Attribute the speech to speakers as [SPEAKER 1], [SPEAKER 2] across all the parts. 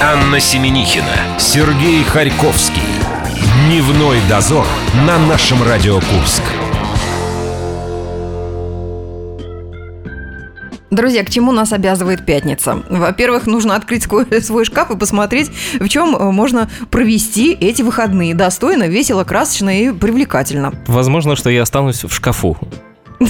[SPEAKER 1] Анна Семенихина, Сергей Харьковский. Дневной дозор на нашем Радио Курск.
[SPEAKER 2] Друзья, к чему нас обязывает пятница? Во-первых, нужно открыть ск- свой шкаф и посмотреть, в чем э, можно провести эти выходные. Достойно, весело, красочно и привлекательно.
[SPEAKER 3] Возможно, что я останусь в шкафу. Ну,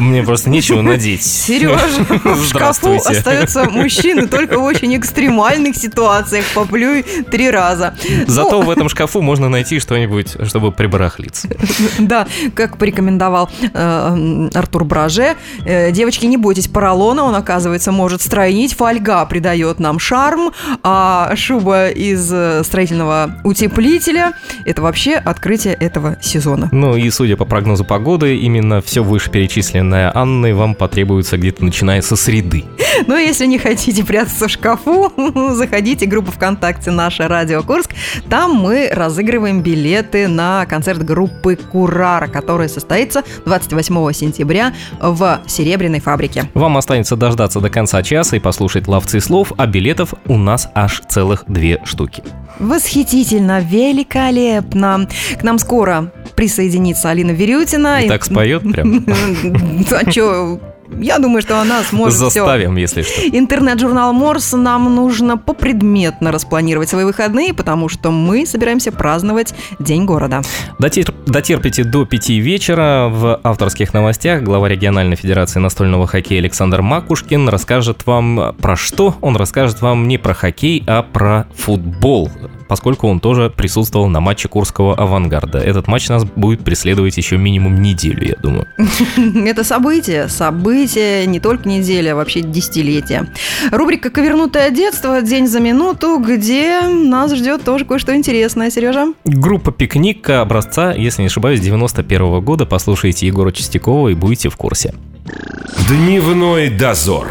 [SPEAKER 3] Мне просто нечего надеть.
[SPEAKER 2] А, Сережа, в шкафу
[SPEAKER 3] Здравствуйте.
[SPEAKER 2] остаются мужчины только в очень экстремальных ситуациях. Поплюй три раза.
[SPEAKER 3] Зато в этом шкафу можно найти что-нибудь, чтобы прибарахлиться.
[SPEAKER 2] Да, как порекомендовал э, Артур Браже, э, девочки, не бойтесь поролона, он, оказывается, может стройнить, фольга придает нам шарм, а шуба из э, строительного утеплителя – это вообще открытие этого сезона.
[SPEAKER 3] Ну и судя по прогнозу погоды, именно все вышеперечисленное Анны вам потребуется где-то начиная со среды.
[SPEAKER 2] Но Ну если не хотите прятаться в шкафу, заходите в группу ВКонтакте «Наша Радио Курск». Там мы разыгрываем билеты на концерт группы «Курара», который состоится 28 сентября в Серебряной фабрике.
[SPEAKER 3] Вам останется дождаться до конца часа и послушать ловцы слов, а билетов у нас аж целых две штуки.
[SPEAKER 2] Восхитительно, великолепно. К нам скоро присоединится Алина Верютина.
[SPEAKER 3] И так споет прям.
[SPEAKER 2] Да чё, я думаю, что она сможет все.
[SPEAKER 3] Заставим, если что.
[SPEAKER 2] Интернет-журнал Морс нам нужно попредметно распланировать свои выходные, потому что мы собираемся праздновать День города.
[SPEAKER 3] Дотер- Дотерпите до 5 вечера. В авторских новостях глава региональной федерации настольного хоккея Александр Макушкин расскажет вам про что. Он расскажет вам не про хоккей, а про футбол поскольку он тоже присутствовал на матче Курского «Авангарда». Этот матч нас будет преследовать еще минимум неделю, я думаю.
[SPEAKER 2] Это событие, событие не только недели, а вообще десятилетия. Рубрика «Ковернутое детство. День за минуту», где нас ждет тоже кое-что интересное, Сережа.
[SPEAKER 3] Группа «Пикника» образца, если не ошибаюсь, 91 года. Послушайте Егора Чистякова и будете в курсе.
[SPEAKER 1] Дневной дозор.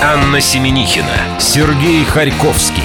[SPEAKER 1] Анна Семенихина, Сергей Харьковский.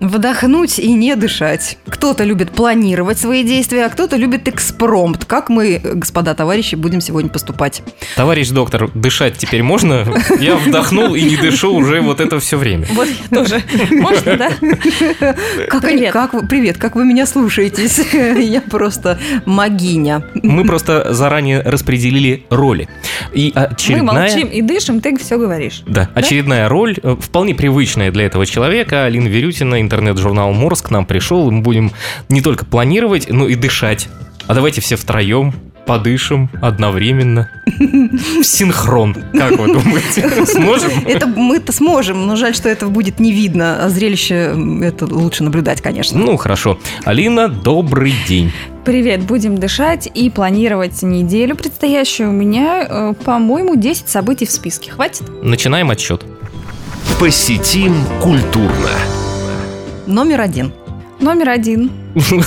[SPEAKER 2] Вдохнуть и не дышать. Кто-то любит планировать свои действия, а кто-то любит экспромт. Как мы, господа товарищи, будем сегодня поступать?
[SPEAKER 3] Товарищ доктор, дышать теперь можно? Я вдохнул и не дышу уже вот это все время.
[SPEAKER 4] Вот я тоже. Можно, да?
[SPEAKER 2] Как они-
[SPEAKER 4] Привет.
[SPEAKER 2] как вы, привет, как вы меня слушаетесь? Я просто магиня.
[SPEAKER 3] Мы просто заранее распределили роли. И
[SPEAKER 4] Мы
[SPEAKER 3] очередная...
[SPEAKER 4] молчим и дышим, ты все говоришь.
[SPEAKER 3] Да, очередная роль, э, вполне привычная для этого человека. Алина Верютина, интернет-журнал Морс к нам пришел. и Мы будем не только планировать, но и дышать. А давайте все втроем подышим одновременно. В синхрон. Как вы думаете? Сможем?
[SPEAKER 2] Это мы-то сможем, но жаль, что это будет не видно, а зрелище м, это лучше наблюдать, конечно.
[SPEAKER 3] Ну, хорошо. Алина, добрый день.
[SPEAKER 4] Привет, будем дышать и планировать неделю предстоящую. У меня, э, по-моему, 10 событий в списке. Хватит?
[SPEAKER 3] Начинаем отсчет.
[SPEAKER 1] Посетим культурно.
[SPEAKER 2] Номер один.
[SPEAKER 4] Номер один.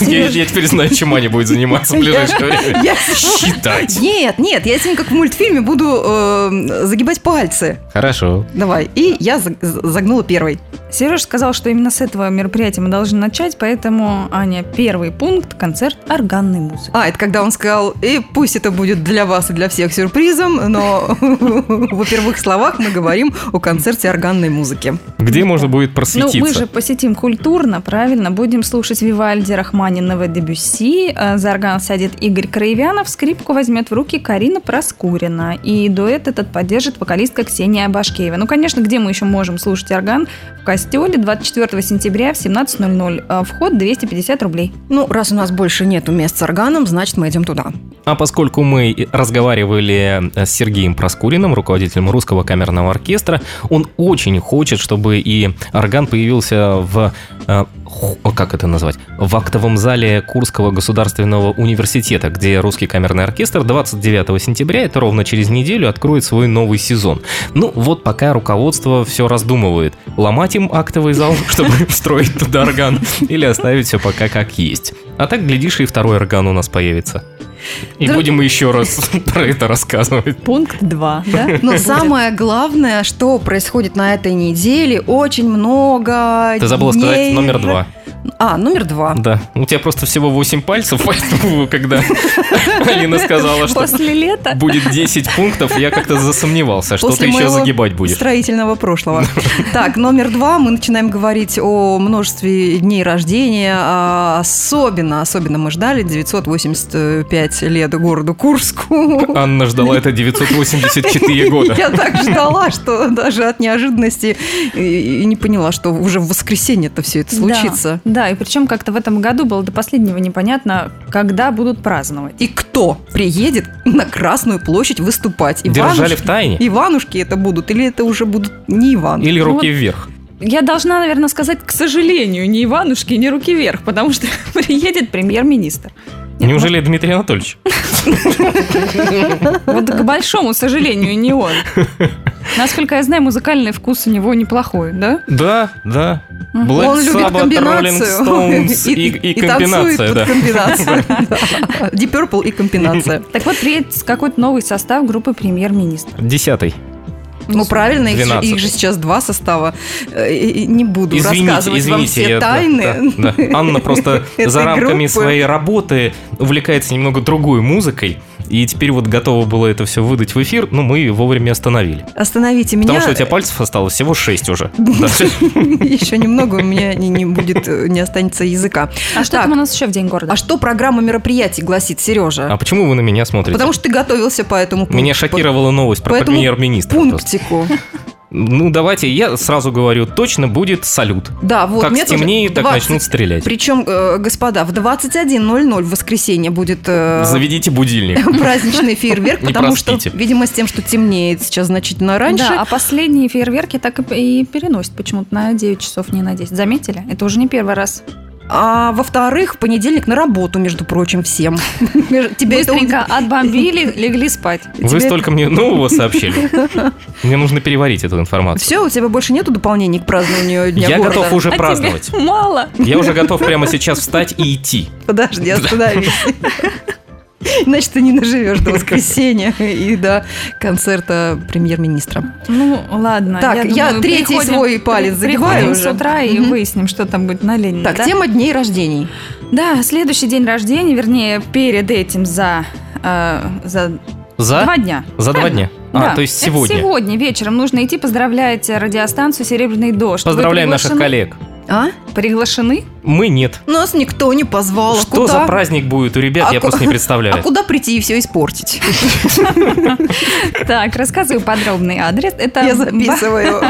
[SPEAKER 3] Я я теперь знаю, чем Аня будет заниматься в ближайшее время.
[SPEAKER 2] Я-
[SPEAKER 3] Считать.
[SPEAKER 2] Нет, нет, я сегодня как в мультфильме буду э, загибать пальцы.
[SPEAKER 3] Хорошо.
[SPEAKER 2] Давай. И я за- за- загнула первый.
[SPEAKER 4] Сереж сказал, что именно с этого мероприятия мы должны начать, поэтому, Аня, первый пункт – концерт органной музыки.
[SPEAKER 2] А, это когда он сказал, и пусть это будет для вас и для всех сюрпризом, но во первых словах мы говорим о концерте органной музыки.
[SPEAKER 3] Где можно будет
[SPEAKER 4] Ну, мы же
[SPEAKER 3] просветиться?
[SPEAKER 4] посетим культурно, правильно? Будем слушать Вивальди, Рахманинова, Дебюсси. Э, За орган сядет Игорь Краевянов, скрипку возьмет в руки Карина Проскурина. И дуэт этот поддержит вокалистка Ксения Башкеева. Ну, конечно, где мы еще можем слушать орган? В Костеле 24 сентября в 17.00. Э, Вход 250 рублей.
[SPEAKER 2] Ну, раз у нас больше нету мест с органом, значит, мы идем туда.
[SPEAKER 3] А поскольку мы и разговаривали э, с Сергеем Проскуриным, руководителем Русского камерного оркестра, он очень хочет, чтобы и орган появился в... э, ху- Как это назвать? В актовом зале Курского государственного университета, где Русский камерный оркестр 29 сентября, это ровно через неделю, откроет свой новый сезон. Ну вот пока руководство все раздумывает. Ломать им актовый зал, чтобы встроить туда орган, или оставить все пока как есть. А так, глядишь, и второй орган у нас появится. И
[SPEAKER 2] Друг-
[SPEAKER 3] будем еще раз про это рассказывать.
[SPEAKER 4] Пункт 2, да?
[SPEAKER 2] Но
[SPEAKER 4] Будет.
[SPEAKER 2] самое главное, что происходит на этой неделе, очень много
[SPEAKER 3] Ты забыла сказать
[SPEAKER 2] дней-
[SPEAKER 3] номер два.
[SPEAKER 2] А, номер два.
[SPEAKER 3] Да. У тебя просто всего 8 пальцев, поэтому когда Алина сказала, что
[SPEAKER 4] После лета
[SPEAKER 3] будет 10 пунктов, я как-то засомневался, что ты
[SPEAKER 2] После
[SPEAKER 3] еще
[SPEAKER 2] моего
[SPEAKER 3] загибать будешь.
[SPEAKER 2] Строительного прошлого. Так, номер два. Мы начинаем говорить о множестве дней рождения. А Особенно, особенно мы ждали 985 лет городу Курску.
[SPEAKER 3] Анна ждала это 984 года.
[SPEAKER 2] Я так ждала, что даже от неожиданности и и не поняла, что уже в воскресенье-то все это случится.
[SPEAKER 4] Да, да, и причем как-то в этом году было до последнего непонятно, когда будут праздновать.
[SPEAKER 2] И кто приедет на Красную площадь выступать?
[SPEAKER 3] Держали
[SPEAKER 2] Иванушки?
[SPEAKER 3] в тайне.
[SPEAKER 2] Иванушки это будут, или это уже будут не Иванушки?
[SPEAKER 3] Или
[SPEAKER 4] Ну
[SPEAKER 3] руки
[SPEAKER 4] вот-
[SPEAKER 3] вверх.
[SPEAKER 4] Я должна, наверное, сказать, к сожалению, не Иванушки, не руки вверх, потому что приедет премьер-министр. Нет,
[SPEAKER 3] Неужели Дмитрий Анатольевич?
[SPEAKER 4] Вот к большому сожалению, не он. Насколько я знаю, музыкальный вкус у него неплохой, да?
[SPEAKER 3] Да, да.
[SPEAKER 4] Мгм.
[SPEAKER 3] Black
[SPEAKER 2] Он любит
[SPEAKER 3] Sabbath,
[SPEAKER 2] комбинацию.
[SPEAKER 3] Rolling Stones и, и
[SPEAKER 2] танцует
[SPEAKER 3] комбинация,
[SPEAKER 2] под
[SPEAKER 3] да.
[SPEAKER 2] комбинацию. Да. Deep Purple и комбинация.
[SPEAKER 4] Так вот, приедет какой-то новый состав группы премьер-министр.
[SPEAKER 3] Десятый.
[SPEAKER 2] Ну, правильно, их же,
[SPEAKER 3] 12.
[SPEAKER 2] их же сейчас два состава. Э, и- и Не буду
[SPEAKER 3] Извините,
[SPEAKER 2] рассказывать вам
[SPEAKER 3] извините.
[SPEAKER 2] все
[SPEAKER 3] я- да,
[SPEAKER 2] тайны.
[SPEAKER 3] да, да. Анна просто
[SPEAKER 2] этой
[SPEAKER 3] за рамками
[SPEAKER 2] группы.
[SPEAKER 3] своей работы увлекается немного другой музыкой. И теперь вот готова было это все выдать в эфир, но мы вовремя остановили.
[SPEAKER 2] Остановите меня.
[SPEAKER 3] Потому что у тебя пальцев осталось всего 6 уже. Да.
[SPEAKER 2] Еще немного у меня не, не будет, э, не останется языка.
[SPEAKER 4] А что
[SPEAKER 2] Так,
[SPEAKER 4] там у нас еще в День города?
[SPEAKER 2] а что программа мероприятий гласит, Сережа?
[SPEAKER 3] А почему вы на меня смотрите?
[SPEAKER 2] Потому что ты готовился по этому пункту.
[SPEAKER 3] Меня шокировала новость про
[SPEAKER 2] Поэтому
[SPEAKER 3] премьер-министра. просто.
[SPEAKER 2] Пунктику.
[SPEAKER 3] Ну, давайте, я сразу говорю, точно будет салют.
[SPEAKER 2] Да, вот.
[SPEAKER 3] как
[SPEAKER 2] мне тоже
[SPEAKER 3] стемнеет, так
[SPEAKER 2] 20.
[SPEAKER 3] начнут стрелять.
[SPEAKER 2] Причем, э, господа, в 21.00 в воскресенье будет э,
[SPEAKER 3] Заведите будильник.
[SPEAKER 2] праздничный фейерверк,
[SPEAKER 3] Не
[SPEAKER 2] потому что,
[SPEAKER 3] простите.
[SPEAKER 2] видимо, с тем, что темнеет сейчас значительно раньше.
[SPEAKER 4] Да, а последние фейерверки так и, и переносят почему-то на 9 часов, не на 10. Заметили? Это уже не первый раз.
[SPEAKER 2] А во-вторых, в понедельник на работу, между прочим, всем. Тебе это
[SPEAKER 4] Быстренько отбомбили, легли спать.
[SPEAKER 3] Вы столько мне нового сообщили. Мне нужно переварить эту информацию.
[SPEAKER 2] Все, у тебя больше нету дополнений к празднованию Дня
[SPEAKER 3] Я
[SPEAKER 2] города?
[SPEAKER 3] готов уже
[SPEAKER 4] А тебе
[SPEAKER 3] праздновать.
[SPEAKER 4] мало.
[SPEAKER 3] Я уже готов прямо сейчас встать и идти.
[SPEAKER 2] Подожди, остановись. Иначе ты не наживешь до воскресенья и до концерта премьер-министра.
[SPEAKER 4] Ну, ладно.
[SPEAKER 2] Так, я третий свой палец загибаю
[SPEAKER 4] приходим
[SPEAKER 2] уже.
[SPEAKER 4] с утра и
[SPEAKER 2] Мгм.
[SPEAKER 4] выясним, что там будет на Ленина.
[SPEAKER 2] Так,
[SPEAKER 4] да?
[SPEAKER 2] тема дней рождений.
[SPEAKER 4] Да, следующий день рождения, вернее, перед этим за... э, за
[SPEAKER 3] За?
[SPEAKER 4] два дня.
[SPEAKER 3] За два
[SPEAKER 4] Правильно?
[SPEAKER 3] дня. А,
[SPEAKER 4] Да.
[SPEAKER 3] то есть
[SPEAKER 4] Это
[SPEAKER 3] сегодня.
[SPEAKER 4] сегодня вечером нужно идти поздравлять радиостанцию «Серебряный дождь». Вы
[SPEAKER 3] Поздравляем наших
[SPEAKER 4] приглашены?
[SPEAKER 3] коллег.
[SPEAKER 2] А?
[SPEAKER 4] Приглашены?
[SPEAKER 3] Мы нет.
[SPEAKER 2] Нас никто не позвал. а
[SPEAKER 3] Что
[SPEAKER 2] куда?
[SPEAKER 3] за праздник будет у ребят,
[SPEAKER 2] А
[SPEAKER 3] я
[SPEAKER 2] ку-
[SPEAKER 3] просто не
[SPEAKER 2] А
[SPEAKER 3] представляю.
[SPEAKER 2] куда прийти и все испортить?
[SPEAKER 4] Так, рассказываю подробный адрес. Это
[SPEAKER 2] Я
[SPEAKER 4] ба-
[SPEAKER 2] записываю.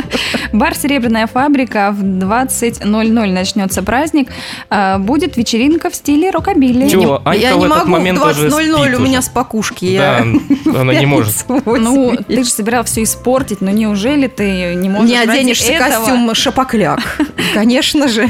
[SPEAKER 4] Бар «Серебряная фабрика» в 20.00 начнется праздник. А, Будет вечеринка в стиле рокобили.
[SPEAKER 3] Чего? Анька
[SPEAKER 2] Я
[SPEAKER 3] в
[SPEAKER 2] не
[SPEAKER 3] этот
[SPEAKER 2] могу, в
[SPEAKER 3] момент уже
[SPEAKER 2] 20.00
[SPEAKER 3] спит
[SPEAKER 2] у меня
[SPEAKER 3] уже.
[SPEAKER 2] с покушки.
[SPEAKER 3] Да,
[SPEAKER 2] я
[SPEAKER 3] она не может.
[SPEAKER 4] Ну, ты же собирал все испортить, но неужели ты не можешь
[SPEAKER 2] не
[SPEAKER 4] ради
[SPEAKER 2] оденешься
[SPEAKER 4] этого?
[SPEAKER 2] костюм шапокляк. Конечно же.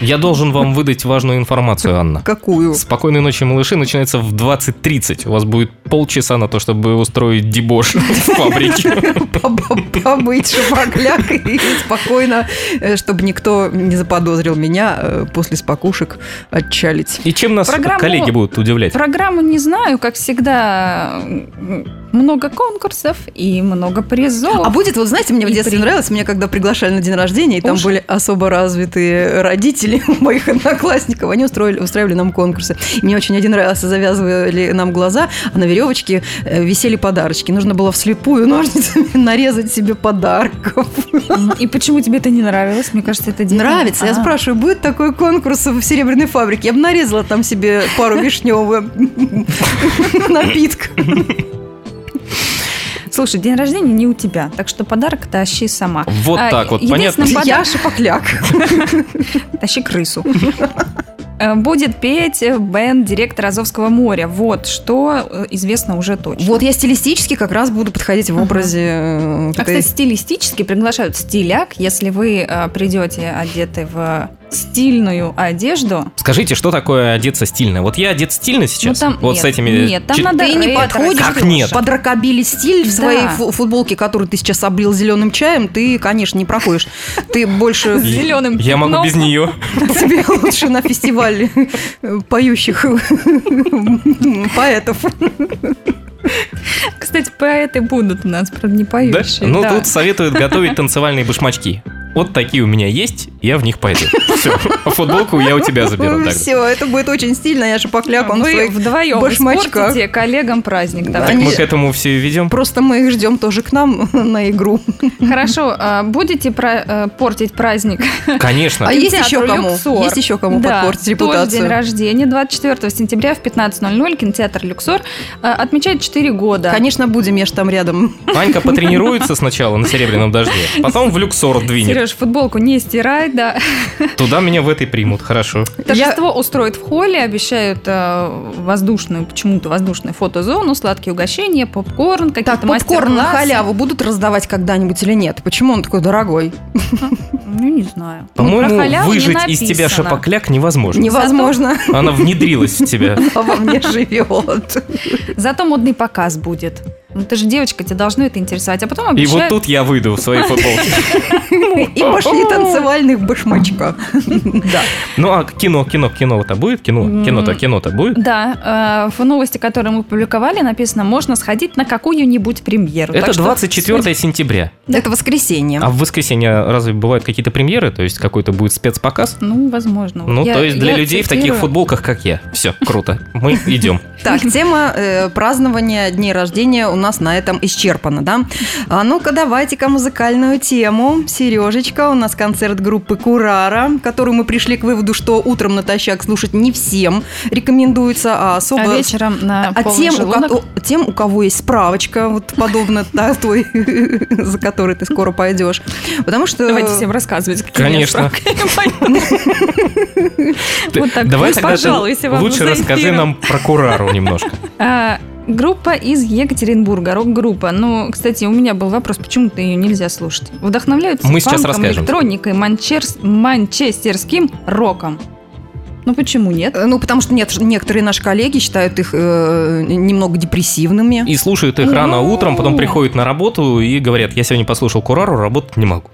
[SPEAKER 3] Я должен вам выдать важную информацию, Анна.
[SPEAKER 2] Какую?
[SPEAKER 3] Спокойной ночи, малыши, начинается в 20.30. У вас будет полчаса на то, чтобы устроить дебош в фабрике.
[SPEAKER 2] Поб- Побыть шапокляк и спокойно, э, чтобы никто не заподозрил меня э, после спокушек отчалить.
[SPEAKER 3] И чем нас
[SPEAKER 4] Программу-
[SPEAKER 3] коллеги будут удивлять?
[SPEAKER 4] Программу не знаю, как всегда, м, много конкурсов и много призов.
[SPEAKER 2] А будет, вот знаете, мне в
[SPEAKER 4] И
[SPEAKER 2] детстве
[SPEAKER 4] при-
[SPEAKER 2] нравилось, меня когда приглашали на день рождения, и там
[SPEAKER 4] Ужин.
[SPEAKER 2] были особо развитые родители у моих одноклассников, они устроили, устраивали нам конкурсы. И мне очень один раз завязывали нам глаза, а на веревочке э, висели подарочки. Нужно было вслепую ножницами нарезать себе подарков.
[SPEAKER 4] М, И почему тебе это не нравилось? Мне кажется, это дело-
[SPEAKER 2] Нравится. Я
[SPEAKER 4] А.
[SPEAKER 2] спрашиваю, будет такой конкурс в серебряной фабрике? Я бы нарезала там себе пару вишневого напитка.
[SPEAKER 4] Слушай, день рождения не у тебя, так что подарок тащи сама.
[SPEAKER 3] Вот
[SPEAKER 4] А,
[SPEAKER 3] так вот,
[SPEAKER 4] единственным
[SPEAKER 2] Я
[SPEAKER 3] понятно?
[SPEAKER 2] шапокляк.
[SPEAKER 4] Тащи крысу. Э, Будет петь бенд «Директор Азовского моря». Вот что э, известно уже точно.
[SPEAKER 2] Вот я стилистически как раз буду подходить в
[SPEAKER 4] Мгм.
[SPEAKER 2] образе э, вот
[SPEAKER 4] А,
[SPEAKER 2] этой
[SPEAKER 4] кстати, стилистически приглашают стиляк, если вы э, придете одеты в стильную одежду.
[SPEAKER 3] Скажите, что такое одеться стильно? Вот я одет стильно сейчас?
[SPEAKER 4] Ну, там
[SPEAKER 3] вот с
[SPEAKER 4] нет,
[SPEAKER 3] этими...
[SPEAKER 4] нет, там
[SPEAKER 3] чет-
[SPEAKER 4] надо-
[SPEAKER 2] Ты не
[SPEAKER 4] ретро,
[SPEAKER 2] подходишь
[SPEAKER 3] Как нет?
[SPEAKER 2] под рокобили стиль в
[SPEAKER 4] Да.
[SPEAKER 2] своей фу- футболке, которую ты сейчас облил зеленым чаем, ты, конечно, не проходишь. Ты больше
[SPEAKER 4] З- зеленым
[SPEAKER 3] Я могу
[SPEAKER 4] пятном.
[SPEAKER 3] без нее.
[SPEAKER 2] тебе лучше на фестивале э, поющих поэтов.
[SPEAKER 4] Кстати, поэты будут у нас, правда, не поющие.
[SPEAKER 3] Ну,
[SPEAKER 4] да.
[SPEAKER 2] Ну,
[SPEAKER 3] тут советуют готовить танцевальные башмачки. вот такие у меня есть, я в них пойду. Все, а футболку я у тебя заберу тогда.
[SPEAKER 2] Все, это будет очень стильно, я же покляпам в
[SPEAKER 4] Вы
[SPEAKER 2] своих
[SPEAKER 4] вдвоем
[SPEAKER 2] башмачках.
[SPEAKER 4] испортите коллегам праздник.
[SPEAKER 2] Да.
[SPEAKER 4] давай.
[SPEAKER 3] Так мы к этому все и ведем.
[SPEAKER 2] Просто мы их ждем тоже к нам на игру.
[SPEAKER 4] Хорошо, а будете про- э, портить праздник?
[SPEAKER 3] Конечно.
[SPEAKER 2] А есть еще
[SPEAKER 4] кинотеатру
[SPEAKER 2] кому?
[SPEAKER 4] «Люксор».
[SPEAKER 2] Есть еще кому
[SPEAKER 4] Да,
[SPEAKER 2] подпортить
[SPEAKER 4] Тоже день
[SPEAKER 2] репутацию?
[SPEAKER 4] рождения, 24 сентября в 15.00 кинотеатр «Люксор» э, отмечает 4 года.
[SPEAKER 2] Конечно, будем, я ж там рядом.
[SPEAKER 3] Анька потренируется сначала на серебряном дожде, потом в люксор двинет.
[SPEAKER 4] Сереж, футболку не стирай, да.
[SPEAKER 3] Туда меня в этой примут, хорошо.
[SPEAKER 4] Торжество устроят в холле, обещают э, воздушную, почему-то воздушную фотозону, сладкие угощения, попкорн, какие-то
[SPEAKER 2] Так, попкорн на
[SPEAKER 4] мастер-классы.
[SPEAKER 2] халяву будут раздавать когда-нибудь или нет? Почему он такой дорогой?
[SPEAKER 4] Ну, не знаю. Ну, про
[SPEAKER 3] По-моему,
[SPEAKER 4] халяву не
[SPEAKER 3] выжить из тебя
[SPEAKER 4] написано.
[SPEAKER 3] шапокляк невозможно.
[SPEAKER 2] Невозможно.
[SPEAKER 3] Она внедрилась в тебя.
[SPEAKER 2] А во мне живет.
[SPEAKER 4] Зато модный показ будет. Ну, ты же девочка, тебя должно это интересовать. А потом
[SPEAKER 3] И
[SPEAKER 4] обещают...
[SPEAKER 3] вот тут я выйду в своей футболке.
[SPEAKER 2] И пошли танцевальных башмачка. Да.
[SPEAKER 3] Ну а кино, кино, кино-то будет? Кино,
[SPEAKER 4] М.
[SPEAKER 3] кино-то, кино-то будет?
[SPEAKER 4] Да, э, в новости, которую мы публиковали, написано, можно сходить на какую-нибудь премьеру.
[SPEAKER 3] Это
[SPEAKER 4] Так что
[SPEAKER 3] 24 сентября.
[SPEAKER 2] Это воскресенье.
[SPEAKER 3] А в воскресенье разве бывают какие-то премьеры? То есть какой-то будет спецпоказ?
[SPEAKER 4] Ну, возможно.
[SPEAKER 3] Ну,
[SPEAKER 4] Я-
[SPEAKER 3] то есть для
[SPEAKER 4] я
[SPEAKER 3] людей в таких
[SPEAKER 4] цитирую.
[SPEAKER 3] футболках, как я. Все, круто. Мы идем.
[SPEAKER 2] Так, тема э, празднования дней рождения у нас на этом исчерпана, да? А ну-ка, давайте-ка музыкальную тему. Сережечка, у нас концерт группы Курара, которую мы пришли к выводу, что утром натощак слушать не всем рекомендуется, а особо...
[SPEAKER 4] А вечером на
[SPEAKER 2] А
[SPEAKER 4] полный
[SPEAKER 2] тем у, ко-
[SPEAKER 4] желудок?
[SPEAKER 2] у- тем, у кого есть справочка, вот подобно та- той, за которой ты скоро пойдешь. Потому что...
[SPEAKER 4] Давайте всем рассказывать, какие
[SPEAKER 3] Э, Конечно. Ты-
[SPEAKER 4] Вот так.
[SPEAKER 3] Давай
[SPEAKER 4] Ну,
[SPEAKER 3] тогда ты
[SPEAKER 4] пожалуйся вам
[SPEAKER 3] лучше
[SPEAKER 4] за
[SPEAKER 3] расскажи
[SPEAKER 4] эфиром.
[SPEAKER 3] нам про Курару немножко.
[SPEAKER 4] А, Группа из Екатеринбурга, рок-группа. Ну, кстати, у меня был вопрос, почему-то ее нельзя слушать. Вдохновляются
[SPEAKER 3] Мы сейчас
[SPEAKER 4] панком,
[SPEAKER 3] расскажем.
[SPEAKER 4] электроникой, манчерс- манчестерским роком. Ну, почему нет?
[SPEAKER 2] Э, Ну, потому что нет, некоторые наши коллеги считают их э, немного депрессивными.
[SPEAKER 3] И слушают их рано
[SPEAKER 4] Ну.
[SPEAKER 3] утром, потом приходят на работу и говорят, я сегодня послушал Курару, работать не могу.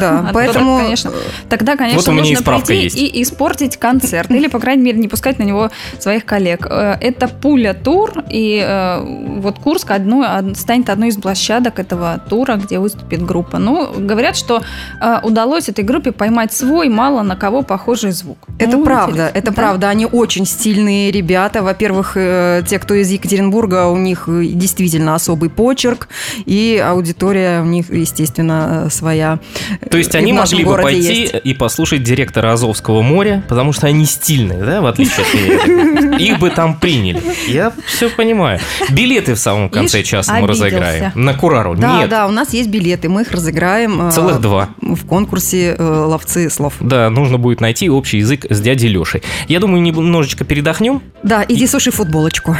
[SPEAKER 2] Да,
[SPEAKER 4] А,
[SPEAKER 2] поэтому...
[SPEAKER 4] так, конечно. Тогда, конечно,
[SPEAKER 3] Вот у меня и
[SPEAKER 4] нужно
[SPEAKER 3] справка
[SPEAKER 4] прийти
[SPEAKER 3] есть.
[SPEAKER 4] и испортить концерт. Или, по крайней мере, не пускать на него своих коллег. Э, Это пуля тур, и э, вот Курск одно, од- станет одной из площадок этого тура, где выступит группа. Ну, говорят, что э, удалось этой группе поймать свой, мало на кого похожий звук.
[SPEAKER 2] Это
[SPEAKER 4] Ну,
[SPEAKER 2] правда,
[SPEAKER 4] интересно,
[SPEAKER 2] это
[SPEAKER 4] да?
[SPEAKER 2] правда. Они очень стильные ребята. Во-первых, э, те, кто из Екатеринбурга, у них э, действительно особый почерк, и аудитория у них, естественно, э, своя. Э,
[SPEAKER 3] То есть
[SPEAKER 2] И
[SPEAKER 3] они
[SPEAKER 2] в нашем
[SPEAKER 3] могли бы
[SPEAKER 2] городе
[SPEAKER 3] пойти
[SPEAKER 2] есть.
[SPEAKER 3] и послушать директора Азовского моря, потому что они стильные, да, в отличие от меня. Их бы там приняли. Я все понимаю. Билеты в самом конце
[SPEAKER 4] Ишь,
[SPEAKER 3] часа мы
[SPEAKER 4] обиделся.
[SPEAKER 3] разыграем. На Курару.
[SPEAKER 2] Да,
[SPEAKER 3] Нет.
[SPEAKER 2] да, у нас есть билеты, мы их разыграем. э,
[SPEAKER 3] Целых два.
[SPEAKER 2] В конкурсе э, «Ловцы слов».
[SPEAKER 3] Да, нужно будет найти общий язык с дядей Лешей. Я думаю, немножечко передохнем.
[SPEAKER 2] Да, иди суши футболочку.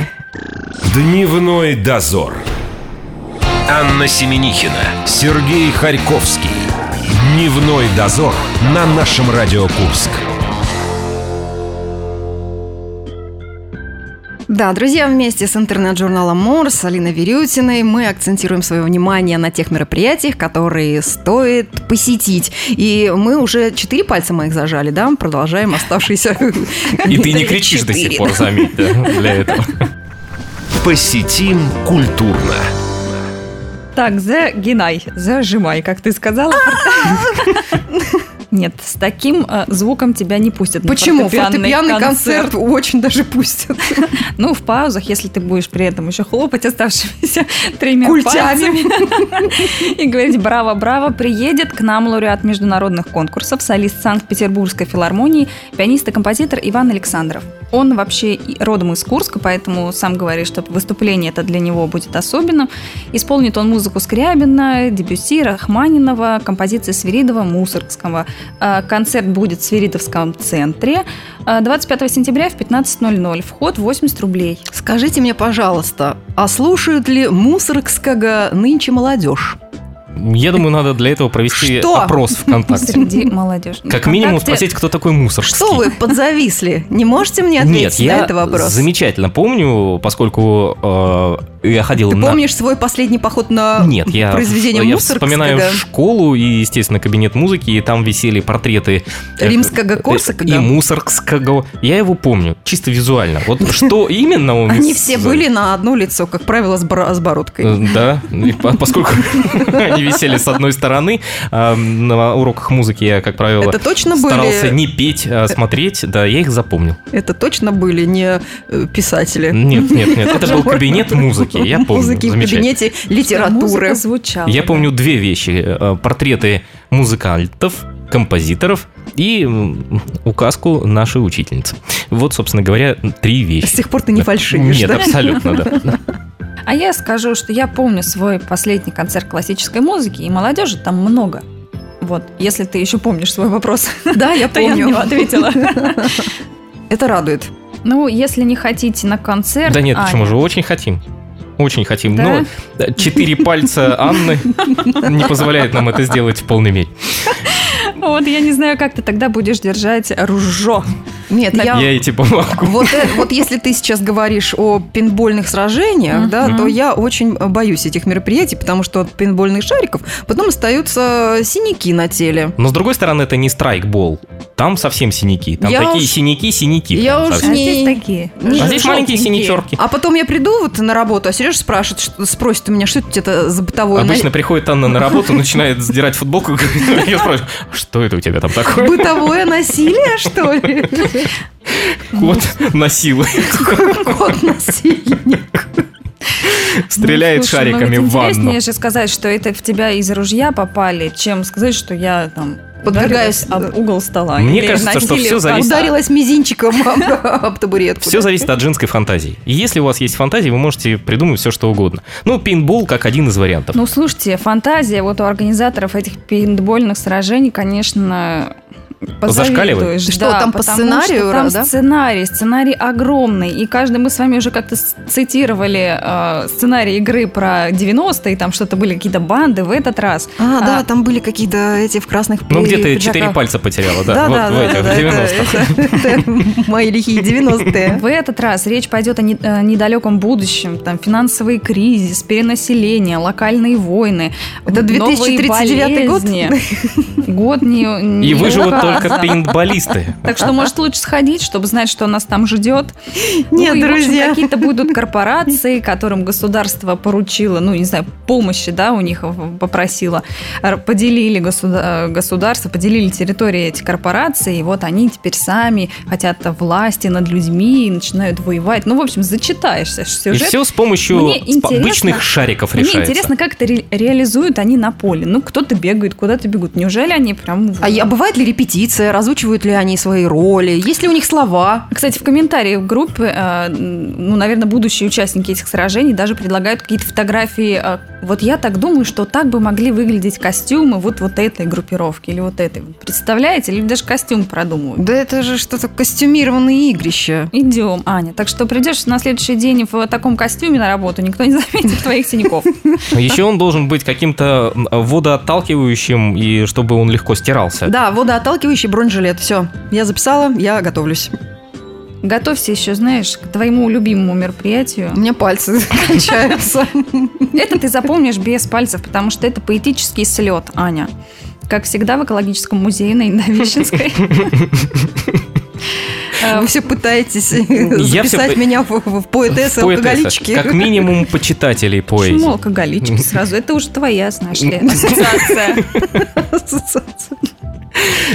[SPEAKER 1] Дневной дозор. Анна Семенихина, Сергей Харьковский. Дневной дозор на нашем Радио Курск.
[SPEAKER 2] Да, друзья, вместе с интернет-журналом Морс, Алиной Верютиной, мы акцентируем свое внимание на тех мероприятиях, которые стоит посетить. И мы уже четыре пальца моих зажали, да? Продолжаем оставшиеся...
[SPEAKER 3] И ты не кричишь до сих
[SPEAKER 2] четыре.
[SPEAKER 3] пор, заметь, да, для этого.
[SPEAKER 1] Посетим культурно.
[SPEAKER 4] Так, загинай, зажимай, как ты сказала. Нет, с таким э, звуком тебя не пустят. на
[SPEAKER 2] Почему? Фортепианный концерт очень даже пустят.
[SPEAKER 4] Ну, в паузах, если ты будешь при этом еще хлопать оставшимися тремя
[SPEAKER 2] Культями.
[SPEAKER 4] пальцами и говорить «Браво-браво!» приедет к нам лауреат международных конкурсов, солист Санкт-Петербургской филармонии, пианист и композитор Иван Александров. Он вообще и- родом из Курска, поэтому сам говорит, что выступление это для него будет особенным. Исполнит он музыку Скрябина, Дебюсси, Рахманинова, композиции Свиридова, Мусоргского. Э, Концерт будет в Свиридовском центре. Э, 25 сентября в 15.00. Вход 80 рублей.
[SPEAKER 2] Скажите мне, пожалуйста, а слушают ли мусоргского нынче молодежь?
[SPEAKER 3] Я думаю, надо для этого провести
[SPEAKER 2] Что?
[SPEAKER 3] опрос ВКонтакте.
[SPEAKER 4] Среди молодежи.
[SPEAKER 3] Как минимум
[SPEAKER 4] Вконтакте-
[SPEAKER 3] спросить, кто такой мусор.
[SPEAKER 2] Что вы подзависли? Не можете мне
[SPEAKER 3] Нет,
[SPEAKER 2] ответить
[SPEAKER 3] я
[SPEAKER 2] на этот вопрос?
[SPEAKER 3] замечательно помню, поскольку э, я ходил
[SPEAKER 2] Ты
[SPEAKER 3] на...
[SPEAKER 2] помнишь свой последний поход на
[SPEAKER 3] Нет, я,
[SPEAKER 2] произведение
[SPEAKER 3] я
[SPEAKER 2] Мусоргского?
[SPEAKER 3] вспоминаю школу и, естественно, кабинет музыки, и там висели портреты э,
[SPEAKER 2] Римского
[SPEAKER 3] э,
[SPEAKER 2] Корсакова?
[SPEAKER 3] и Мусоргского. Я его помню, чисто визуально. Вот что именно он...
[SPEAKER 2] Они
[SPEAKER 3] из-
[SPEAKER 2] все были на одно лицо, как правило, с, бор- с бородкой.
[SPEAKER 3] Э, Да, и по- поскольку они висели с одной стороны. А, На уроках музыки я, как правило,
[SPEAKER 2] Это точно
[SPEAKER 3] старался
[SPEAKER 2] были...
[SPEAKER 3] не петь, а смотреть. Да, я их запомнил.
[SPEAKER 2] Это точно были не э, писатели.
[SPEAKER 3] Нет, нет, нет. Это был кабинет музыки. Я помню.
[SPEAKER 2] Музыки в
[SPEAKER 3] Замечательно.
[SPEAKER 2] кабинете
[SPEAKER 4] Музыка
[SPEAKER 2] литературы.
[SPEAKER 4] звучала.
[SPEAKER 3] Я помню две вещи. Э, Портреты музыкантов, композиторов и м, указку нашей учительницы. Вот, собственно говоря, три
[SPEAKER 2] С
[SPEAKER 3] вещи.
[SPEAKER 2] тех пор ты не фальшивишь,
[SPEAKER 3] Нет,
[SPEAKER 2] да?
[SPEAKER 3] абсолютно, да.
[SPEAKER 4] А я скажу, что я помню свой последний концерт классической музыки, и молодежи там много. Вот, если ты еще помнишь свой вопрос,
[SPEAKER 2] Да, я
[SPEAKER 4] то я на него
[SPEAKER 2] помню.
[SPEAKER 4] ответила.
[SPEAKER 2] Это радует.
[SPEAKER 4] Ну, если не хотите на концерт...
[SPEAKER 3] Да нет,
[SPEAKER 4] Аня,
[SPEAKER 3] почему же? Очень хотим. Очень хотим.
[SPEAKER 4] Да?
[SPEAKER 3] Но э, четыре пальца Анны не позволяет нам это сделать в полной мере.
[SPEAKER 4] Вот я не знаю, как ты тогда будешь держать ружо.
[SPEAKER 2] Нет,
[SPEAKER 4] Я-
[SPEAKER 2] я...
[SPEAKER 3] Я и типа могу.
[SPEAKER 2] Вот, э- вот если ты сейчас говоришь о пинбольных сражениях, да,
[SPEAKER 4] Мгм.
[SPEAKER 2] то я очень боюсь этих мероприятий, потому что от пинбольных шариков потом остаются синяки на теле.
[SPEAKER 3] Но с другой стороны, это не страйкбол. Там совсем синяки. Там
[SPEAKER 2] Я
[SPEAKER 3] такие
[SPEAKER 2] уж-
[SPEAKER 3] синяки, синяки.
[SPEAKER 2] я
[SPEAKER 3] прям
[SPEAKER 2] уж
[SPEAKER 3] совсем.
[SPEAKER 4] А
[SPEAKER 2] Не-
[SPEAKER 4] здесь такие.
[SPEAKER 2] не
[SPEAKER 3] А здесь маленькие синячерки.
[SPEAKER 2] А потом я приду вот на работу, а Сережа спрашивает, что- спросит у меня, что это за бытовое
[SPEAKER 4] ну
[SPEAKER 2] на-
[SPEAKER 3] Обычно приходит Анна на работу, начинает сдирать футболку, и говорит, я спрашиваю, что это у тебя там такое?
[SPEAKER 2] бытовое насилие, что ли?
[SPEAKER 3] Кот насилует,
[SPEAKER 2] Кот насилие.
[SPEAKER 3] стреляет
[SPEAKER 4] Ну, слушай, ну
[SPEAKER 3] шариками
[SPEAKER 4] ведь
[SPEAKER 3] в ванну.
[SPEAKER 4] Интереснее же сказать, что это в тебя из ружья попали, чем сказать, что я там
[SPEAKER 2] Подвергаюсь, э,
[SPEAKER 4] ударилась об угол стола.
[SPEAKER 3] Мне
[SPEAKER 4] или
[SPEAKER 3] кажется, что
[SPEAKER 4] насилие
[SPEAKER 3] всё
[SPEAKER 4] в
[SPEAKER 3] зависит-
[SPEAKER 4] конце.
[SPEAKER 2] Ударилась мизинчиком об- об табуретку.
[SPEAKER 3] Все зависит от женской фантазии. И если у вас есть фантазия, вы можете придумать все, что угодно. Ну, пейнтбол как один из вариантов.
[SPEAKER 4] Ну, слушайте, фантазия вот у организаторов этих пейнтбольных сражений, конечно,
[SPEAKER 3] Зашкаливает?
[SPEAKER 4] позавидуешь.
[SPEAKER 2] Что, там по
[SPEAKER 4] потому
[SPEAKER 2] сценарию,
[SPEAKER 4] что там
[SPEAKER 2] раз, да?
[SPEAKER 4] сценарий, сценарий огромный. И каждый мы с вами уже как-то с- цитировали э, сценарий игры про 90-е, там что-то были какие-то банды в этот раз.
[SPEAKER 2] А, да,
[SPEAKER 4] А.
[SPEAKER 2] там были какие-то эти в красных
[SPEAKER 3] Ну, где
[SPEAKER 2] пи-
[SPEAKER 3] ты четыре
[SPEAKER 2] пиджаках.
[SPEAKER 3] пальца потеряла, да?
[SPEAKER 2] Да,
[SPEAKER 3] Вот
[SPEAKER 2] да,
[SPEAKER 3] в
[SPEAKER 2] да,
[SPEAKER 3] этих
[SPEAKER 2] да, это-
[SPEAKER 3] 90-х.
[SPEAKER 2] это- это мои лихие 90-е.
[SPEAKER 4] А В этот раз речь пойдет о не- э, недалеком будущем, там финансовый кризис, перенаселение, локальные войны.
[SPEAKER 2] Это
[SPEAKER 4] новые
[SPEAKER 2] 2039 год?
[SPEAKER 4] болезни. Год не, не
[SPEAKER 3] И выживут
[SPEAKER 4] указан.
[SPEAKER 3] только пейнтболисты.
[SPEAKER 4] Так что, может, лучше сходить, чтобы знать, что нас там ждет.
[SPEAKER 3] Ну
[SPEAKER 2] Нет,
[SPEAKER 4] Ну и, в общем,
[SPEAKER 2] друзья.
[SPEAKER 4] какие-то будут корпорации, которым государство поручило, ну, не знаю, помощи, да, у них в- попросило. Р- Поделили государ- государство, поделили территории эти корпорации, и вот они теперь сами хотят власти над людьми и начинают воевать. Ну, в общем, зачитаешься
[SPEAKER 3] И
[SPEAKER 4] сюжет.
[SPEAKER 3] все с помощью
[SPEAKER 4] Мне
[SPEAKER 3] сп- обычных
[SPEAKER 4] интересно-
[SPEAKER 3] шариков
[SPEAKER 4] Мне
[SPEAKER 3] решается.
[SPEAKER 4] интересно, как это ре- реализуют они на поле. Ну, кто-то бегает, куда-то бегут. Неужели они прям... вот-
[SPEAKER 2] А я- бывает ли репетиция, разучивают ли они свои роли, есть ли у них слова?
[SPEAKER 4] Кстати, в комментариях группы, э, ну, наверное, будущие участники этих сражений даже предлагают какие-то фотографии. э, Вот я так думаю, что так бы могли выглядеть костюмы вот вот этой группировки или вот этой. Представляете? Или даже костюм продумывают.
[SPEAKER 2] Да это же что-то костюмированные игрища.
[SPEAKER 4] Идем, Аня. Так что придешь на следующий день в таком костюме на работу, никто не заметит твоих синяков.
[SPEAKER 3] Еще он должен быть каким-то м, водоотталкивающим, и чтобы он легко стирался.
[SPEAKER 2] Да, водоотталкивающий бронежилет. Все, я записала, я готовлюсь.
[SPEAKER 4] Готовься еще, знаешь, к твоему любимому мероприятию.
[SPEAKER 2] У меня пальцы кончаются.
[SPEAKER 4] Это ты запомнишь без пальцев, потому что это поэтический слет, Аня. Как всегда в экологическом музее на Индовещинской. Э,
[SPEAKER 2] Вы все пытаетесь
[SPEAKER 3] Я всё
[SPEAKER 2] записать
[SPEAKER 3] по-
[SPEAKER 2] меня в- в в поэтессы
[SPEAKER 3] Поэтесса.
[SPEAKER 2] алкоголички.
[SPEAKER 3] Как минимум почитателей
[SPEAKER 4] Почему
[SPEAKER 3] поэзии.
[SPEAKER 4] алкоголички сразу? Это уже твоя, знаешь ли, ассоциация.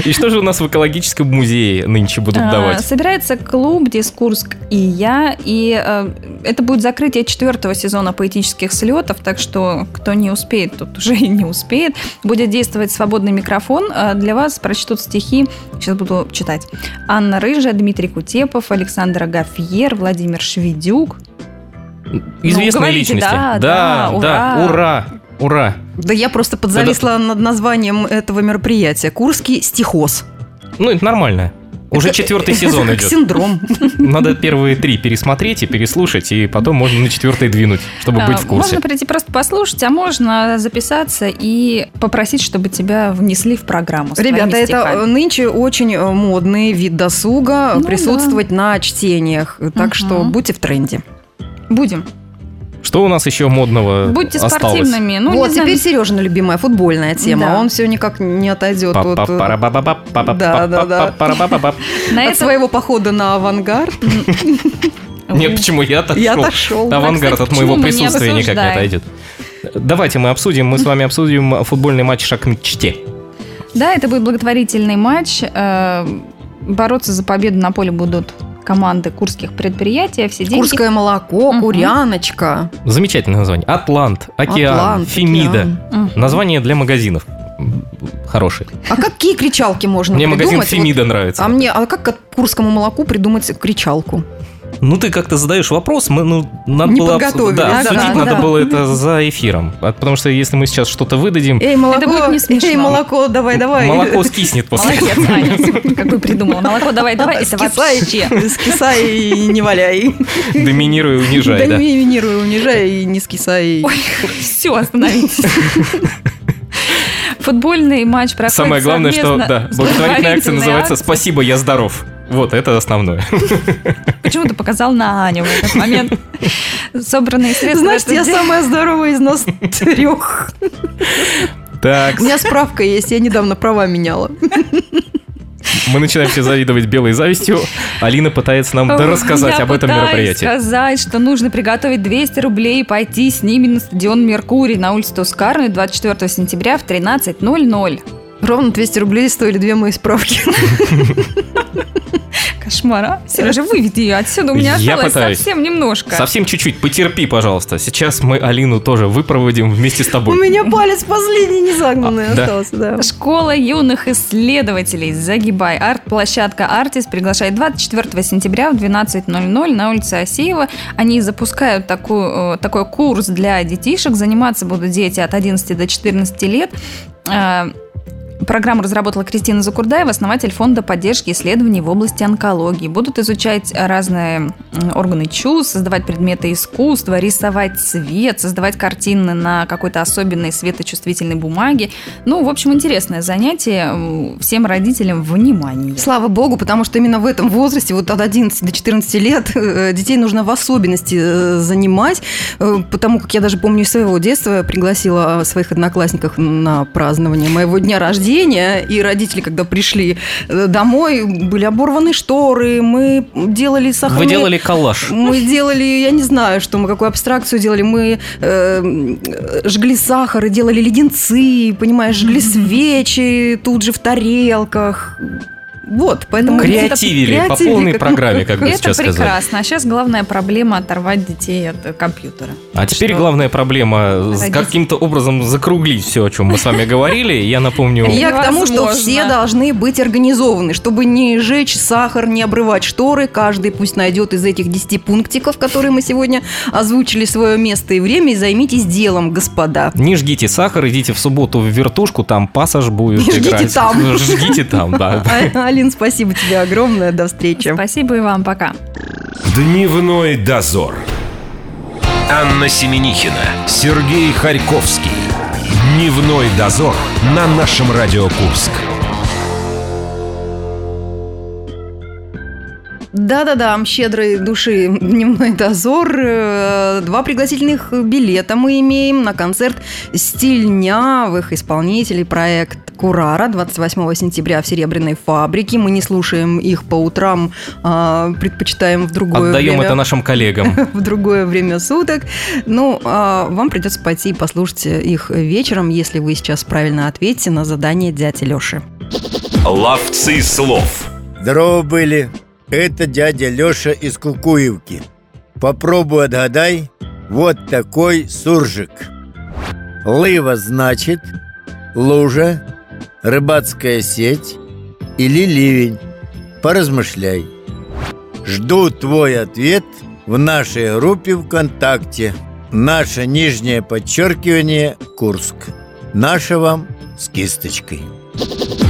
[SPEAKER 3] И что же у нас в экологическом музее нынче будут
[SPEAKER 4] А,
[SPEAKER 3] давать?
[SPEAKER 4] Собирается клуб «Дискурс и я», и э, это будет закрытие четвертого сезона поэтических слетов, так что кто не успеет, тот уже и не успеет. Будет действовать свободный микрофон. Э, Для вас прочтут стихи, сейчас буду читать, Анна Рыжая, Дмитрий Кутепов, Александр Агафьер, Владимир Шведюк.
[SPEAKER 3] Известные
[SPEAKER 4] говорите,
[SPEAKER 3] личности.
[SPEAKER 4] да,
[SPEAKER 3] да,
[SPEAKER 4] да,
[SPEAKER 3] да, ура, ура.
[SPEAKER 2] Да я просто подзависла над названием этого мероприятия. Курский стихоз.
[SPEAKER 3] Ну, это нормально. Уже
[SPEAKER 2] Это-
[SPEAKER 3] четвертый сезон
[SPEAKER 2] это как
[SPEAKER 3] идет.
[SPEAKER 2] синдром.
[SPEAKER 3] Надо первые три пересмотреть и переслушать, и потом можно на четвертый двинуть, чтобы быть
[SPEAKER 4] А,
[SPEAKER 3] в курсе.
[SPEAKER 4] Можно прийти просто послушать, а можно записаться и попросить, чтобы тебя внесли в программу. с
[SPEAKER 2] Ребята,
[SPEAKER 4] твоими
[SPEAKER 2] это
[SPEAKER 4] стихами.
[SPEAKER 2] э, нынче очень э, модный вид досуга
[SPEAKER 4] Ну
[SPEAKER 2] присутствовать на чтениях. Так
[SPEAKER 4] Мгм.
[SPEAKER 2] что будьте в тренде.
[SPEAKER 4] Будем.
[SPEAKER 3] Что у нас еще модного
[SPEAKER 4] Будьте
[SPEAKER 3] осталось?
[SPEAKER 4] спортивными. Ну,
[SPEAKER 2] вот,
[SPEAKER 4] не знаю,
[SPEAKER 2] теперь Сережина любимая футбольная тема.
[SPEAKER 4] Да.
[SPEAKER 2] Он все никак не отойдет от, э, Да, да, да.
[SPEAKER 3] Па-па-пара-ба-ба-ба-па-па-пара-ба-ба-ба.
[SPEAKER 4] на
[SPEAKER 2] от
[SPEAKER 4] этом-
[SPEAKER 2] своего похода на авангард.
[SPEAKER 3] Нет, почему я
[SPEAKER 2] Я
[SPEAKER 3] отошел?
[SPEAKER 2] отошел.
[SPEAKER 4] Да.
[SPEAKER 3] Авангард
[SPEAKER 4] кстати,
[SPEAKER 3] от моего
[SPEAKER 4] почему мы не
[SPEAKER 3] присутствия никак не
[SPEAKER 4] обсуждаем?
[SPEAKER 3] отойдет. Давайте мы обсудим, мы с вами обсудим футбольный матч «Шаг к мечте».
[SPEAKER 4] Да, это будет благотворительный матч. Э, Бороться за победу на поле будут команды курских предприятий, а все деньги...
[SPEAKER 2] Курское молоко,
[SPEAKER 4] Мгм.
[SPEAKER 2] куряночка,
[SPEAKER 3] Замечательное название. «Атлант», «Океан»,
[SPEAKER 2] Атлант,
[SPEAKER 3] «Фемида».
[SPEAKER 2] океан.
[SPEAKER 4] Мгм.
[SPEAKER 3] Название для магазинов. М, Хорошие.
[SPEAKER 2] А какие кричалки можно
[SPEAKER 3] Мне
[SPEAKER 2] Ну, придумать?
[SPEAKER 3] магазин
[SPEAKER 2] Вот,
[SPEAKER 3] «Фемида» нравится.
[SPEAKER 2] а мне, а как к курскому молоку придумать кричалку?
[SPEAKER 3] Ну, ты как-то задаешь вопрос, мы, ну, надо
[SPEAKER 2] Не
[SPEAKER 3] было... обс-
[SPEAKER 2] подготовились,
[SPEAKER 3] Да,
[SPEAKER 2] да,
[SPEAKER 3] обсудить
[SPEAKER 2] да,
[SPEAKER 3] надо
[SPEAKER 2] да.
[SPEAKER 3] было это за эфиром. А Потому что если мы сейчас что-то выдадим,
[SPEAKER 2] Эй, молоко,
[SPEAKER 4] будет не смешно.
[SPEAKER 2] эй, молоко, давай, Э, давай.
[SPEAKER 3] молоко скиснет после
[SPEAKER 4] Молодец, Аня, смотри, какой придумала. Молоко давай, давай, это
[SPEAKER 2] Скисай,
[SPEAKER 4] вообще.
[SPEAKER 2] скисай и не валяй.
[SPEAKER 3] Доминируй, унижай, да.
[SPEAKER 2] Доминируй, унижай и не скисай.
[SPEAKER 4] Ой, все, остановитесь. Футбольный матч проходит
[SPEAKER 3] Самое главное, что
[SPEAKER 4] совместно
[SPEAKER 3] да,
[SPEAKER 4] с
[SPEAKER 3] благотворительная акция
[SPEAKER 4] благотворительной
[SPEAKER 3] называется
[SPEAKER 4] акцией.
[SPEAKER 3] «Спасибо, я здоров». Вот, это основное.
[SPEAKER 4] Почему ты показал на Аню в этот момент? Собранные средства.
[SPEAKER 2] Значит, я самая здоровая из нас трех.
[SPEAKER 3] Так,
[SPEAKER 2] У меня справка есть, я недавно права меняла.
[SPEAKER 3] мы начинаем все завидовать белой завистью. Алина пытается нам рассказать
[SPEAKER 4] Я
[SPEAKER 3] об этом
[SPEAKER 4] пытаюсь
[SPEAKER 3] мероприятии.
[SPEAKER 4] сказать, что нужно приготовить 200 рублей и пойти с ними на стадион «Меркурий» на улице Тускарной 24 сентября в 13.00.
[SPEAKER 2] Ровно 200 рублей стоили две мои справки.
[SPEAKER 4] Кошмар, а? Сережа, выведи ее отсюда, у меня
[SPEAKER 3] Я
[SPEAKER 4] осталось
[SPEAKER 3] пытаюсь.
[SPEAKER 4] совсем немножко.
[SPEAKER 3] Совсем чуть-чуть, потерпи, пожалуйста. Сейчас мы Алину тоже выпроводим вместе с
[SPEAKER 2] У
[SPEAKER 3] тобой.
[SPEAKER 2] меня палец последний не загнанный
[SPEAKER 3] А, да.
[SPEAKER 2] остался, да.
[SPEAKER 4] Школа юных исследователей «Загибай». Арт-площадка «Артис» приглашает 24 сентября в 12.00 на улице Асеева. Они запускают такую, э, такой курс для детишек. Заниматься будут дети от 11 до 14 лет. Э, Программу разработала Кристина Закурдаева, основатель фонда поддержки исследований в области онкологии. Будут изучать разные м, органы чувств, создавать предметы искусства, рисовать цвет, создавать картины на какой-то особенной светочувствительной бумаге. Ну, в общем, интересное занятие. М, Всем родителям внимание.
[SPEAKER 2] Слава богу, потому что именно в этом возрасте, вот от 11 до 14 лет, э, детей нужно в особенности э, занимать, э, потому как я даже помню из своего детства я пригласила э, своих одноклассников на празднование моего дня рождения, и родители, когда пришли э, домой, были оборваны шторы, мы делали сахарные...
[SPEAKER 3] Вы делали коллаж.
[SPEAKER 2] Мы делали, я не знаю, что мы какую абстракцию делали. Мы э, м, э, жгли сахар и делали леденцы, понимаешь, жгли свечи тут же в тарелках. Вот, поэтому
[SPEAKER 3] Креативили по
[SPEAKER 2] Креативили,
[SPEAKER 3] полной
[SPEAKER 2] как-
[SPEAKER 3] программе, как бы
[SPEAKER 4] Это
[SPEAKER 3] сейчас сказали.
[SPEAKER 4] прекрасно. А сейчас главная проблема оторвать детей от э, компьютера.
[SPEAKER 3] А теперь
[SPEAKER 4] Что?
[SPEAKER 3] главная проблема с
[SPEAKER 4] Родители.
[SPEAKER 3] каким-то образом закруглить все, о чем мы с вами говорили. Я напомню,
[SPEAKER 2] И Я к тому, что
[SPEAKER 4] Невозможно.
[SPEAKER 2] все должны быть организованы, чтобы не жечь сахар, не обрывать шторы. Каждый пусть найдет из этих 10 пунктиков, которые мы сегодня озвучили свое место и время, и займитесь делом, господа.
[SPEAKER 3] Не жгите сахар, идите в субботу в вертушку, там пассаж будет
[SPEAKER 2] Жгите
[SPEAKER 3] играть.
[SPEAKER 2] там.
[SPEAKER 3] Жгите там, да.
[SPEAKER 2] А- Алин, спасибо тебе огромное. До встречи.
[SPEAKER 4] Спасибо и вам. Пока.
[SPEAKER 1] Дневной дозор. Анна Семенихина, Сергей Харьковский. Дневной дозор на нашем Радио Курск.
[SPEAKER 2] Да-да-да, щедрой души дневной дозор. Э, Два пригласительных билета мы имеем на концерт стильнявых исполнителей проект Курара 28 сентября в Серебряной фабрике. Мы не слушаем их по утрам, а предпочитаем в другое
[SPEAKER 3] Отдаем
[SPEAKER 2] время.
[SPEAKER 3] это нашим коллегам.
[SPEAKER 2] в другое время суток. Ну, а вам придется пойти и послушать их вечером, если вы сейчас правильно ответите на задание дяди Леши.
[SPEAKER 1] Ловцы слов.
[SPEAKER 5] Здорово были. Это дядя Леша из Кукуевки. Попробуй отгадай. Вот такой суржик. Лыва значит лужа, рыбацкая сеть или ливень. Поразмышляй. Жду твой ответ в нашей группе ВКонтакте. Наше нижнее подчеркивание Курск. Наше вам с кисточкой.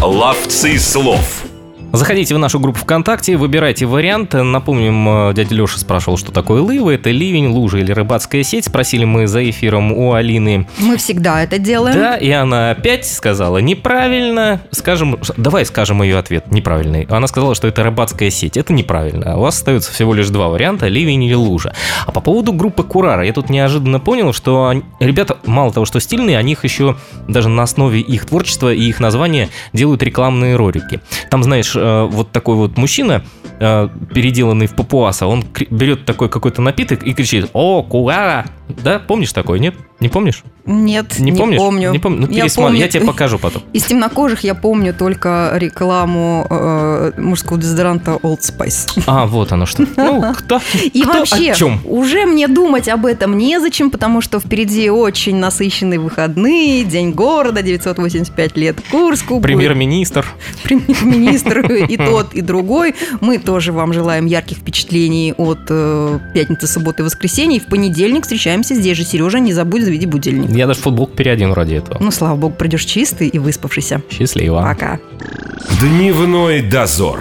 [SPEAKER 1] Ловцы слов.
[SPEAKER 3] Заходите в нашу группу ВКонтакте, выбирайте вариант. Напомним, э, дядя Леша спрашивал, что такое лыва. Это ливень, лужа или рыбацкая сеть. Спросили мы за эфиром у Алины.
[SPEAKER 2] Мы всегда это делаем.
[SPEAKER 3] Да, и она опять сказала неправильно. Скажем, ш- давай скажем ее ответ неправильный. Она сказала, что это рыбацкая сеть. Это неправильно. А У вас остается всего лишь два варианта: ливень или лужа. А по поводу группы Курара, я тут неожиданно понял, что они- ребята мало того, что стильные, о них еще даже на основе их творчества и их названия делают рекламные ролики. Там, знаешь, э, вот такой вот мужчина, э, переделанный в папуаса, он кри- берет такой какой-то напиток и кричит: "О, Курара!" Да, помнишь такой? Нет, не помнишь?
[SPEAKER 2] Нет,
[SPEAKER 3] Не,
[SPEAKER 2] не,
[SPEAKER 3] помнишь?
[SPEAKER 2] помню.
[SPEAKER 3] Не помню. Ну,
[SPEAKER 2] я,
[SPEAKER 3] пересма-
[SPEAKER 2] помню-
[SPEAKER 3] я тебе покажу потом.
[SPEAKER 2] Из темнокожих я помню только рекламу э, мужского дезодоранта Old Spice.
[SPEAKER 3] А, вот оно что. Ну, кто?
[SPEAKER 2] И
[SPEAKER 3] кто
[SPEAKER 2] вообще,
[SPEAKER 3] о чем?
[SPEAKER 2] уже мне думать об этом незачем, потому что впереди очень насыщенные выходные, День города, 985 лет Курску. будет
[SPEAKER 3] Премьер-министр.
[SPEAKER 2] премьер-министр и тот, и другой. Мы тоже вам желаем ярких впечатлений от э, пятницы, субботы, воскресенья. И в понедельник встречаемся здесь же. Сережа, не забудь заведи будильник.
[SPEAKER 3] Я даже футболку переодену ради этого.
[SPEAKER 2] Ну, слава богу, придешь чистый и выспавшийся.
[SPEAKER 3] Счастливо.
[SPEAKER 2] Пока.
[SPEAKER 1] Дневной дозор.